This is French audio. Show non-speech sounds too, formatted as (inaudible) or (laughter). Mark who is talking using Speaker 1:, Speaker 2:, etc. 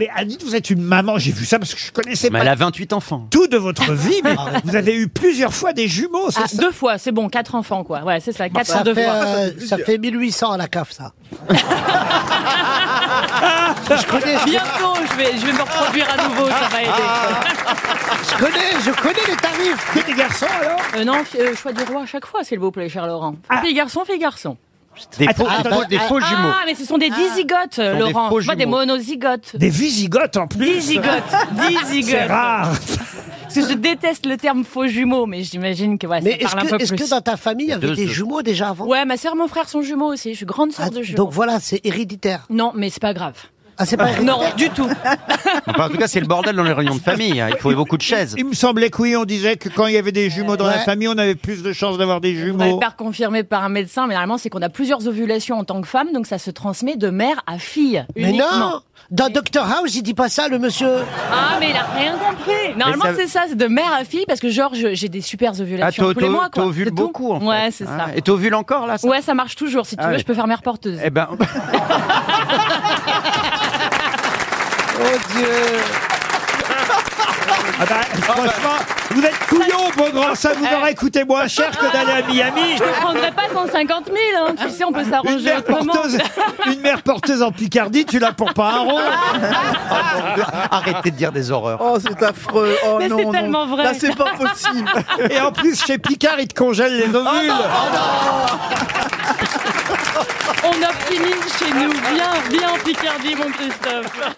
Speaker 1: Mais ah, dites, vous êtes une maman, j'ai vu ça parce que je connaissais
Speaker 2: Mais
Speaker 1: pas
Speaker 2: elle a 28 enfants.
Speaker 1: tout de
Speaker 3: (laughs)
Speaker 1: votre vie, mais vous avez eu plusieurs fois des jumeaux, c'est
Speaker 3: Ah,
Speaker 1: ça
Speaker 3: deux fois, c'est bon, quatre enfants, quoi. Ouais, c'est ça, quatre
Speaker 4: Ça
Speaker 3: en deux
Speaker 4: fait,
Speaker 3: fois.
Speaker 4: euh, ça fait 1800 à la CAF, ça.
Speaker 5: (laughs)
Speaker 4: je, connais, je,
Speaker 3: Bientôt, je vais, je vais me reproduire à nouveau, ça va aider.
Speaker 4: connais, je connais les tarifs.
Speaker 1: Que des garçons alors
Speaker 3: Euh, non, fi- euh, choix du roi à chaque fois, s'il vous plaît, cher Laurent. Fille garçon, fille garçon.
Speaker 2: Des
Speaker 1: Attends,
Speaker 2: faux,
Speaker 1: attends,
Speaker 2: des faux jumeaux.
Speaker 3: Ah, mais ce sont des dizigotes, euh,
Speaker 2: Ce sont des
Speaker 3: Laurent.
Speaker 2: faux
Speaker 3: Pas des
Speaker 2: jumeaux.
Speaker 3: monozygotes.
Speaker 1: Des visigotes en plus
Speaker 3: Dizigotes,
Speaker 1: C'est
Speaker 3: dizigotes. (laughs)
Speaker 1: rare
Speaker 3: Parce que je déteste le terme faux jumeau, mais j'imagine que ouais,
Speaker 4: Mais
Speaker 3: ça
Speaker 4: est-ce
Speaker 3: parle un
Speaker 4: que,
Speaker 3: peu
Speaker 4: est-ce que
Speaker 3: plus.
Speaker 4: dans ta famille, il y avait
Speaker 2: deux
Speaker 4: des
Speaker 2: autres.
Speaker 4: jumeaux déjà avant
Speaker 3: Ouais, ma sœur, mon frère sont jumeaux aussi. Je suis grande sœur
Speaker 4: Ah,
Speaker 3: de jumeaux.
Speaker 4: Donc voilà, c'est héréditaire.
Speaker 3: Non, mais c'est pas grave.
Speaker 4: Ah, c'est pas héréditaire
Speaker 3: Non, du tout.
Speaker 2: Enfin, en tout cas, c'est le bordel dans les réunions de famille. hein. Il faut beaucoup de chaises.
Speaker 1: Il me semblait que oui, on disait que quand il y avait des jumeaux dans la
Speaker 4: Ouais.
Speaker 1: famille, on avait plus de chances d'avoir des
Speaker 3: On avait
Speaker 1: jumeaux.
Speaker 3: pas confirmé par un médecin, mais normalement, c'est qu'on a plusieurs ovulations en tant que femme, donc ça se transmet de mère à fille.
Speaker 4: Mais
Speaker 3: uniquement.
Speaker 4: non Dans Doctor House, il dit pas ça, le monsieur.
Speaker 3: Ah, mais il a rien compris. Normalement,
Speaker 2: ça-
Speaker 3: c'est ça, c'est de mère à fille, parce que genre, je- j'ai des super
Speaker 2: Ah,
Speaker 3: ovulations
Speaker 2: t'o-
Speaker 3: tous les
Speaker 2: t'o-
Speaker 3: mois, quoi.
Speaker 2: t'ovules
Speaker 3: C'est tout.
Speaker 2: beaucoup, en fait.
Speaker 3: Ouais, c'est
Speaker 2: Hein.
Speaker 3: ça.
Speaker 2: Et t'ovules encore, là ça
Speaker 3: Ouais, ça marche toujours. Si tu
Speaker 2: Ah
Speaker 3: veux,
Speaker 2: ouais.
Speaker 3: je peux faire mère porteuse.
Speaker 2: Eh ben, (laughs)
Speaker 4: Oh Dieu
Speaker 1: Ah bah,
Speaker 3: Oh,
Speaker 1: franchement, vous êtes couillons, beau grand, ça vous aurait coûté moins cher que d'aller à Miami.
Speaker 3: Eh. Ah. Je prendrais pas 150 000, hein. tu sais, on peut
Speaker 1: Une
Speaker 3: s'arranger
Speaker 1: mère,
Speaker 3: autrement.
Speaker 1: porteuse, une mère porteuse en Picardie, tu l'as pour pas un rond.
Speaker 3: Ah.
Speaker 2: arrêtez de dire des horreurs.
Speaker 5: Oh, c'est affreux. Oh
Speaker 3: Mais
Speaker 5: non.
Speaker 3: c'est
Speaker 5: non.
Speaker 3: tellement vrai.
Speaker 5: Là, c'est pas possible.
Speaker 1: Et en plus, chez Picard, ils te congèlent
Speaker 3: Oh,
Speaker 1: les ovules.
Speaker 3: On optimise chez nous. Bien, bien en Picardie, mon Christophe.